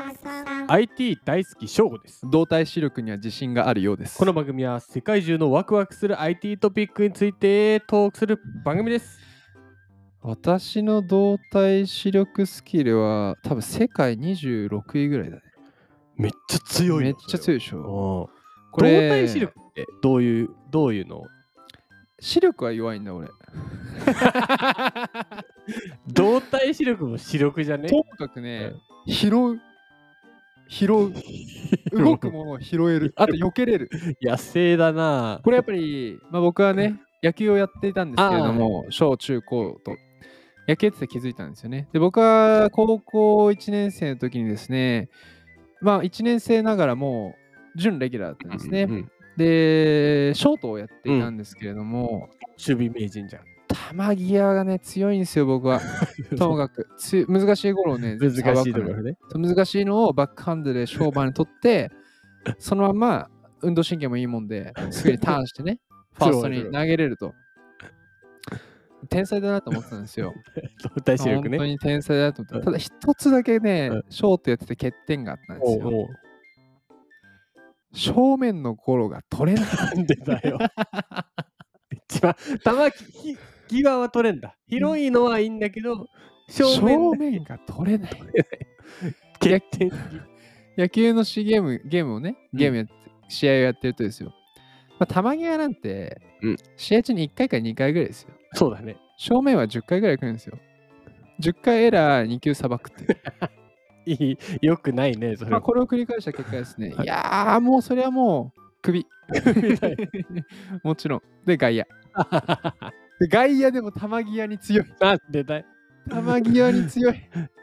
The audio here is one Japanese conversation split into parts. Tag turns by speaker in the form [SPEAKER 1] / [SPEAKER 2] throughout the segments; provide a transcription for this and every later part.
[SPEAKER 1] ん
[SPEAKER 2] IT 大好き翔吾です
[SPEAKER 3] 動体視力には自信があるようです
[SPEAKER 2] この番組は世界中のワクワクする IT トピックについてトークする番組です
[SPEAKER 3] 私の動体視力スキルは多分世界26位ぐらいだね
[SPEAKER 2] めっちゃ強
[SPEAKER 3] めっちゃ強
[SPEAKER 2] い
[SPEAKER 3] いでしょ
[SPEAKER 2] こ
[SPEAKER 3] これ
[SPEAKER 2] 動体視力ってどういうどういうの
[SPEAKER 3] 視力は弱いんだ俺
[SPEAKER 2] 動体視力も視力じゃね
[SPEAKER 3] ともかくね、拾う拾 う動くものを拾えるあと避けれる
[SPEAKER 2] 野生だな
[SPEAKER 3] これやっぱり、まあ、僕はね野球をやっていたんですけれども小中高と野球やってて気づいたんですよねで僕は高校1年生の時にですねまあ1年生ながらもう準レギュラーだったんですね、
[SPEAKER 2] うんうん
[SPEAKER 3] でショートをやっていたんですけれども、
[SPEAKER 2] 守備名人じゃん
[SPEAKER 3] 球際がね強いんですよ僕はともかくつい難しいゴロをね
[SPEAKER 2] 難し
[SPEAKER 3] さばかない
[SPEAKER 2] いところね
[SPEAKER 3] 難しいのをバックハンドで商売にとって、そのまま運動神経もいいもんで、すぐにターンして ね、ファーストに投げれると。天才だなと思ってたんですよ。
[SPEAKER 2] 動体視
[SPEAKER 3] 本
[SPEAKER 2] 力ね
[SPEAKER 3] 当に天才だなと思っ
[SPEAKER 2] うん
[SPEAKER 3] てた。ただ一つだけね
[SPEAKER 2] うん、
[SPEAKER 3] ショートやってて欠点があったんです
[SPEAKER 2] おう
[SPEAKER 3] よ。
[SPEAKER 2] おう
[SPEAKER 3] 正面のゴロが取れない。
[SPEAKER 2] なんでだよ。一番、弾き、際は取れんだ。広いのはいいんだけど、正面
[SPEAKER 3] 正
[SPEAKER 2] だ
[SPEAKER 3] 面が取れない。
[SPEAKER 2] け欠点。
[SPEAKER 3] 野球のしゲーム、ゲームをね、
[SPEAKER 2] うん
[SPEAKER 3] ゲームやって、試合をやってるとですよ。まあ、球際なんて、
[SPEAKER 2] うん
[SPEAKER 3] 試合中に1回か2回ぐらいですよ。
[SPEAKER 2] そうだね。
[SPEAKER 3] 正面は10回ぐらい来るんですよ。10回エラー2球さばく っていう。
[SPEAKER 2] いい、よくないね、それ
[SPEAKER 3] まあ
[SPEAKER 2] は。
[SPEAKER 3] これを繰り返した結果ですね。いやー、もうそれはもう首。もちろん。で、外 野。で、外野でも球際に強い。
[SPEAKER 2] なんでだよ。
[SPEAKER 3] 球際に強 い。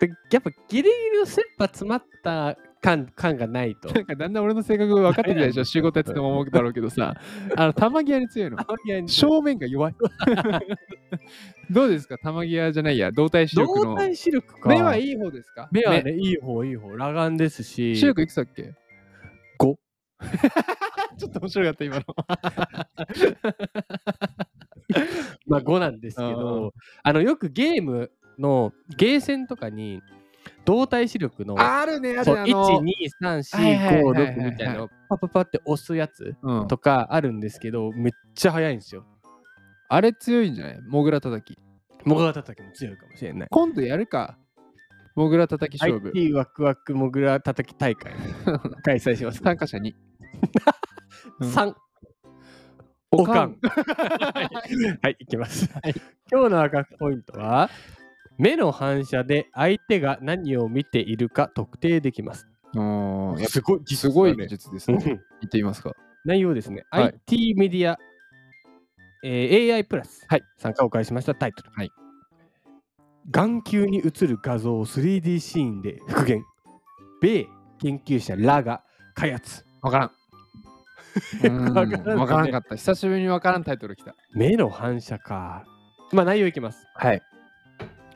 [SPEAKER 2] でやっぱギリギリの切羽詰まった感感がない と。
[SPEAKER 3] なんかだんだん俺の性格が分かってきたでしょ。仕事やってても思うだろうけどさ。あの、球際に強いの。正面が 弱い。どうですか球際じゃないや、動体視力
[SPEAKER 2] 動
[SPEAKER 3] の。
[SPEAKER 2] 体視力か。
[SPEAKER 3] 目はいいい方ですか
[SPEAKER 2] 目はね、いい方、いい方。裸眼ですし。
[SPEAKER 3] 視力いくつだっけ
[SPEAKER 2] 5
[SPEAKER 3] ちょっと面白かった今の。
[SPEAKER 2] まあ5なんですけど、あのよくゲームのゲーセンとかに動体視力の
[SPEAKER 3] あるね、あ
[SPEAKER 2] そう
[SPEAKER 3] るあの。はいはいはいはい
[SPEAKER 2] 12345みたいなのをパパパって押すやつ
[SPEAKER 3] うん
[SPEAKER 2] とかあるんですけど、めっちゃ速いんですよ。
[SPEAKER 3] あれ強いんじゃないモグラ叩き。
[SPEAKER 2] モグラ叩きも強いかもしれない。
[SPEAKER 3] 今度やるか。モグラ叩き勝負。
[SPEAKER 2] IT ワクワクモグラ叩き大会開催します。
[SPEAKER 3] 参加者2。うん
[SPEAKER 2] 3
[SPEAKER 3] お
[SPEAKER 2] お
[SPEAKER 3] か
[SPEAKER 2] か
[SPEAKER 3] ん
[SPEAKER 2] ん。はい、いきます。今日の赤くポイントは、目の反射で相手が何を見ているか特定できます。
[SPEAKER 3] お ーやっ
[SPEAKER 2] すごい
[SPEAKER 3] ぱすごい技術ですね。
[SPEAKER 2] う
[SPEAKER 3] 言
[SPEAKER 2] ん
[SPEAKER 3] ってみますか。
[SPEAKER 2] 内容ですね、
[SPEAKER 3] はい
[SPEAKER 2] IT メディア、えー AI プラス、
[SPEAKER 3] はい
[SPEAKER 2] 参加を開始しましたタイトル、
[SPEAKER 3] はい
[SPEAKER 2] 眼球に映る画像を 3D シーンで復元米研究者らが開発
[SPEAKER 3] わからん。
[SPEAKER 2] わからんね
[SPEAKER 3] わからんかった。久しぶりにわからんタイトル来た。
[SPEAKER 2] 目の反射かまあ内容いきます
[SPEAKER 3] はい。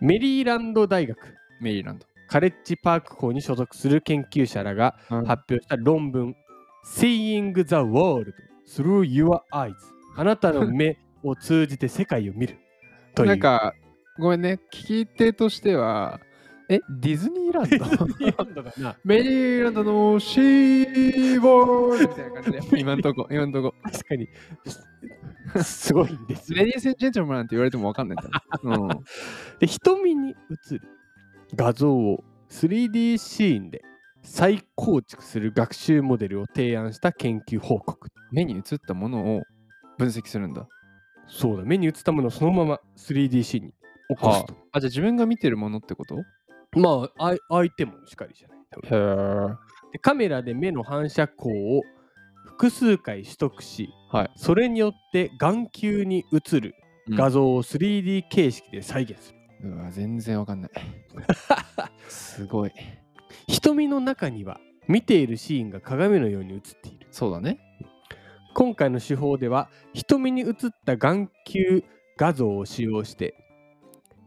[SPEAKER 2] メリーランド大学
[SPEAKER 3] メリーランド。
[SPEAKER 2] カレッジパーク校に所属する研究者らが
[SPEAKER 3] は
[SPEAKER 2] 発表した論文「Seeing the World Through Your Eyes」あなたの目を通じて世界を見るという
[SPEAKER 3] なんか、ごめんね。聞き手としては、え、ディズニーラン ドメリーランドのシーボールみたいな感じ で。今んとこ、今んとこ。
[SPEAKER 2] 確かにすすごいんです
[SPEAKER 3] レ
[SPEAKER 2] ね。
[SPEAKER 3] ディース・ジェンチルマンなんて言われてもわかんないんだ ろう。うん
[SPEAKER 2] で瞳に映る画像を 3D シーンで再構築する学習モデルを提案した研究報告。
[SPEAKER 3] 目に映ったものを分析するんだ。
[SPEAKER 2] そうだ目に映ったものをそのまま 3D シーンに起こすと。
[SPEAKER 3] あ、じゃあ自分が見てるものってことへ
[SPEAKER 2] まああい相手もしかりじゃない。多分
[SPEAKER 3] え。
[SPEAKER 2] でカメラで目の反射光を複数回取得し、
[SPEAKER 3] はい
[SPEAKER 2] それによって眼球に映る画像を 3D 形式で再現する。
[SPEAKER 3] うわ、全然わかん ない。すごい。
[SPEAKER 2] 瞳の中には見ているシーンが鏡のように映っている
[SPEAKER 3] そうだね。
[SPEAKER 2] 今回の手法では瞳に映った眼球画像を使用して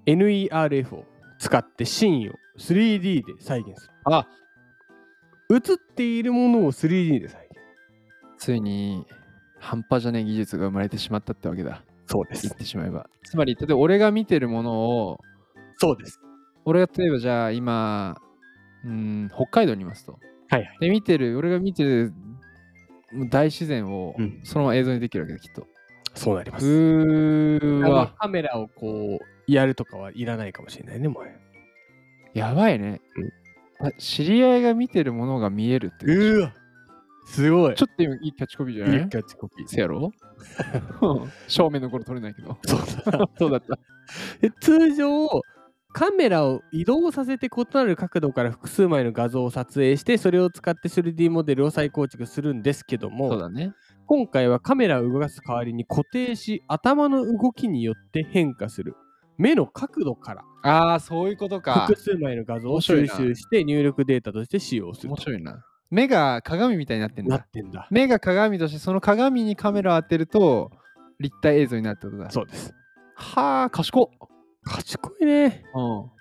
[SPEAKER 2] NERF を使ってシーンを 3D で再現する
[SPEAKER 3] あ
[SPEAKER 2] 映っているものを 3D で再現
[SPEAKER 3] ついに、半端じゃない技術が生まれてしまったってわけ だ。
[SPEAKER 2] そうで
[SPEAKER 3] 言ってしまえば。つまり、例えば俺が見てるものを、
[SPEAKER 2] そうです
[SPEAKER 3] 俺が例えばじゃあ今、うん、北海道にいますと。
[SPEAKER 2] はいはい。
[SPEAKER 3] で見てる俺が見てる大自然を
[SPEAKER 2] うん
[SPEAKER 3] そのまま映像にできるわけできっと、
[SPEAKER 2] そうなりま
[SPEAKER 3] う
[SPEAKER 2] す。あ
[SPEAKER 3] ー
[SPEAKER 2] の
[SPEAKER 3] わ
[SPEAKER 2] カメラをこう、やるとかはいらないかもしれないね、もう。
[SPEAKER 3] やばいね、あ知り合いが見てるものが見えるっていう
[SPEAKER 2] うわすごい。
[SPEAKER 3] ちょっと今いいキャッチコピーじゃない
[SPEAKER 2] いいキャッチコピー。
[SPEAKER 3] せやろ正面の頃取れないけど
[SPEAKER 2] そうだ
[SPEAKER 3] そうだった
[SPEAKER 2] で通常カメラを移動させて異なる角度から複数枚の画像を撮影してそれを使って 3D モデルを再構築するんですけど
[SPEAKER 3] そう
[SPEAKER 2] も
[SPEAKER 3] だね
[SPEAKER 2] 今回はカメラを動かす代わりに固定し頭の動きによって変化する目の角度から
[SPEAKER 3] ああそういうことか
[SPEAKER 2] 複数枚の画像を
[SPEAKER 3] 面白い
[SPEAKER 2] 収
[SPEAKER 3] な
[SPEAKER 2] 集して入力データとして使用する
[SPEAKER 3] 面白いな目が鏡みたいになってん
[SPEAKER 2] な
[SPEAKER 3] だ
[SPEAKER 2] ってんだ
[SPEAKER 3] 目が鏡としてその鏡にカメラを当てると立体映像になるってことだ
[SPEAKER 2] そうです
[SPEAKER 3] はあ賢っ、
[SPEAKER 2] 賢いね
[SPEAKER 3] う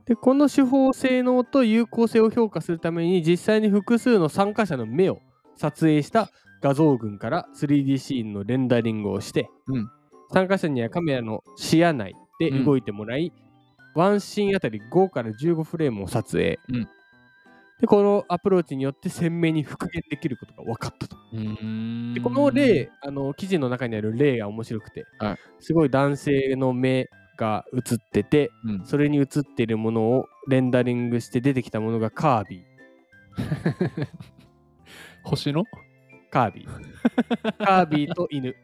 [SPEAKER 3] ん、
[SPEAKER 2] でこの手法性能と有効性を評価するために実際に複数の参加者の目を撮影した画像群から 3D シーンのレンダリングをして、
[SPEAKER 3] うん
[SPEAKER 2] 参加者にはカメラの視野内で動いてもらい、ワンシーンあたり5から15フレームを撮影、
[SPEAKER 3] うん
[SPEAKER 2] でこのアプローチによって鮮明に復元できることが分かったとでこの例あの記事の中にある例が面白くて、
[SPEAKER 3] はい
[SPEAKER 2] すごい男性の目が映ってて、
[SPEAKER 3] うん
[SPEAKER 2] それに映っているものをレンダリングして出てきたものがカービィ。
[SPEAKER 3] 星の
[SPEAKER 2] カービィ。カービィと犬。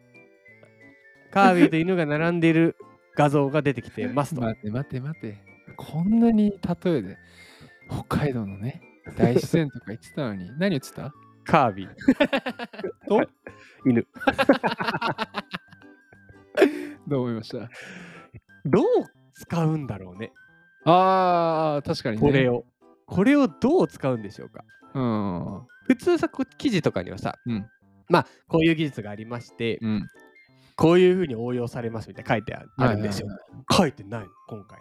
[SPEAKER 2] カービィと犬が並んでいる画像が出てき てますと。
[SPEAKER 3] 待って待って待ってこんなに例えで北海道のね大自然とか言ってたのに 何言ってた
[SPEAKER 2] カービィ。
[SPEAKER 3] と
[SPEAKER 2] 犬
[SPEAKER 3] どう思いました
[SPEAKER 2] どう使うんだろうね、
[SPEAKER 3] あー確かにね
[SPEAKER 2] これを。これをどう使うんでしょうか
[SPEAKER 3] うん
[SPEAKER 2] 普通さ、こう記事とかにはさ、
[SPEAKER 3] うん
[SPEAKER 2] まあ、こういう技術がありまして、
[SPEAKER 3] うん
[SPEAKER 2] こういうふうに応用されますみたいな書いてあるあるんですよ。書いてないの、今回。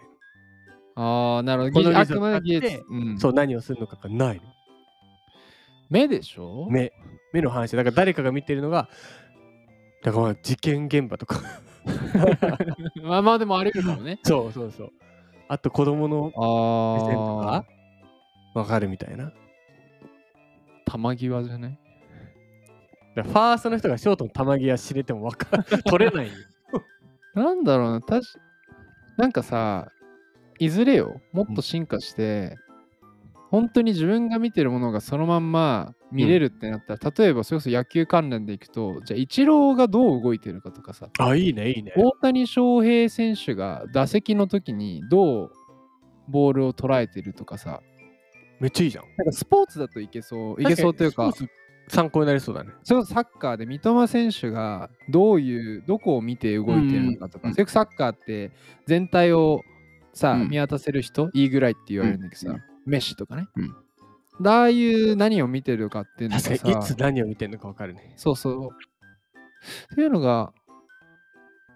[SPEAKER 3] ああなるほ
[SPEAKER 2] こ
[SPEAKER 3] ど
[SPEAKER 2] の技
[SPEAKER 3] 技あ
[SPEAKER 2] 術
[SPEAKER 3] くまで技術
[SPEAKER 2] を使っ、
[SPEAKER 3] うん、
[SPEAKER 2] そう、何をするのかがないの。
[SPEAKER 3] 目でしょ
[SPEAKER 2] 目目の話だから誰かが見てるのがだからまあ事件現場とか
[SPEAKER 3] まあまあでもあれるかもね
[SPEAKER 2] そうそうそうあと子供の目線と
[SPEAKER 3] あ
[SPEAKER 2] かわかるみたいなだか
[SPEAKER 3] あ玉際じゃない
[SPEAKER 2] らファーストの人がショートの球際知れてもわか る取れないよ
[SPEAKER 3] なんだろうな、たし、なんかさ、いずれよ、もっと進化して、本当に自分が見てるものがそのまんま見れるってなったら、例えばそれこそ野球関連でいくと、じゃあ、イチローがどう動いてるかとかさ、
[SPEAKER 2] あいいねいいね
[SPEAKER 3] 大谷翔平選手が打席の時にどうボールを捉えてるとかさ、
[SPEAKER 2] めっちゃいいじゃん
[SPEAKER 3] なんかスポーツだといけそう、いけそうというか
[SPEAKER 2] 確、に参考になりそうだね
[SPEAKER 3] それこそサッカーで三笘選手がどういうどこを見て動いてるのか
[SPEAKER 2] う
[SPEAKER 3] と
[SPEAKER 2] んう
[SPEAKER 3] か、
[SPEAKER 2] ん
[SPEAKER 3] それこそサッカーって全体をさ、
[SPEAKER 2] うん
[SPEAKER 3] 見渡せる人いいぐらいって言われるんだけどさ、
[SPEAKER 2] うん
[SPEAKER 3] メッシとかね、
[SPEAKER 2] うん
[SPEAKER 3] だああいう何を見てるかっていうのがさ
[SPEAKER 2] 確かにいつ何を見てるのかわかるね
[SPEAKER 3] そうそうっていうのが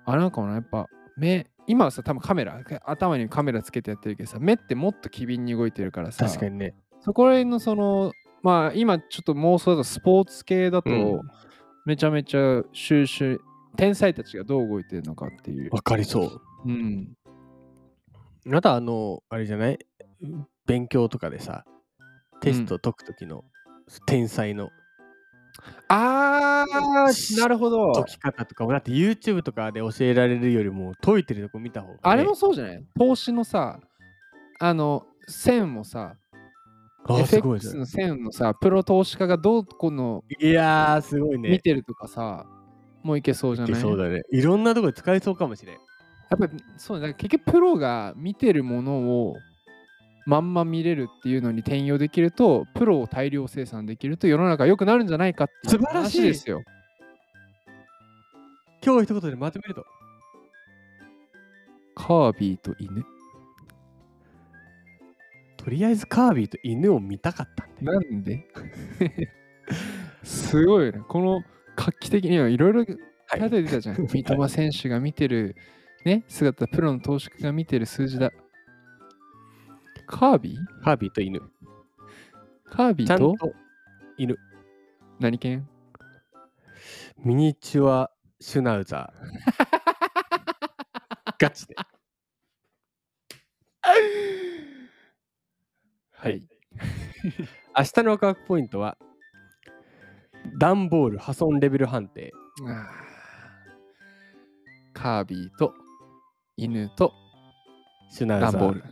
[SPEAKER 3] あれなんかもなやっぱ目今はさ多分カメラ頭にカメラつけてやってるけどさ目ってもっと機敏に動いてるからさ
[SPEAKER 2] 確かにね
[SPEAKER 3] そこら辺のそのまあ今ちょっと妄想だとスポーツ系だと、
[SPEAKER 2] うん
[SPEAKER 3] めちゃめちゃ収集天才たちがどう動いてるのかっていう、
[SPEAKER 2] わかりそう
[SPEAKER 3] うん、
[SPEAKER 2] またあのあれじゃない勉強とかでさテスト解く時の天才の
[SPEAKER 3] あーなるほど
[SPEAKER 2] 解き方とかもだって YouTube とかで教えられるよりも解いてるとこ見た方が、ね、
[SPEAKER 3] あれもそうじゃない投資のさあの線もさ
[SPEAKER 2] あすごいで
[SPEAKER 3] FX
[SPEAKER 2] すね
[SPEAKER 3] の線のさプロ投資家がどうこの
[SPEAKER 2] いやーすごいね
[SPEAKER 3] 見てるとかさ、もういけそうじゃ
[SPEAKER 2] いけ
[SPEAKER 3] ない
[SPEAKER 2] そうだねいろんなとこで使えそうかもしれん
[SPEAKER 3] やっぱりそうだから結局プロが見てるものをまんま見れるっていうのに転用できるとプロを大量生産できると世の中良くなるんじゃないかってい
[SPEAKER 2] 素
[SPEAKER 3] う
[SPEAKER 2] 晴らしい
[SPEAKER 3] 話ですよ。
[SPEAKER 2] 今日一言でまとめると
[SPEAKER 3] カービィと犬。
[SPEAKER 2] とりあえずカービィと犬を見たかったんだよ
[SPEAKER 3] なんで すごいね。この画期的にはいろいろ
[SPEAKER 2] はい
[SPEAKER 3] 例え出たじゃん。三笘選手が見てる、ね、姿、プロの投資家が見てる数字だ。カービィ
[SPEAKER 2] カービィと犬
[SPEAKER 3] カービ
[SPEAKER 2] ちゃ
[SPEAKER 3] ィ
[SPEAKER 2] んと
[SPEAKER 3] と何犬
[SPEAKER 2] ミニチュアシュナウザーガチで
[SPEAKER 3] はい。
[SPEAKER 2] 明日のワクワクポイントは段ボール破損レベル判定
[SPEAKER 3] あーカービィと犬と
[SPEAKER 2] シュナウザ
[SPEAKER 3] ダンボール。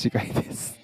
[SPEAKER 3] 違いです。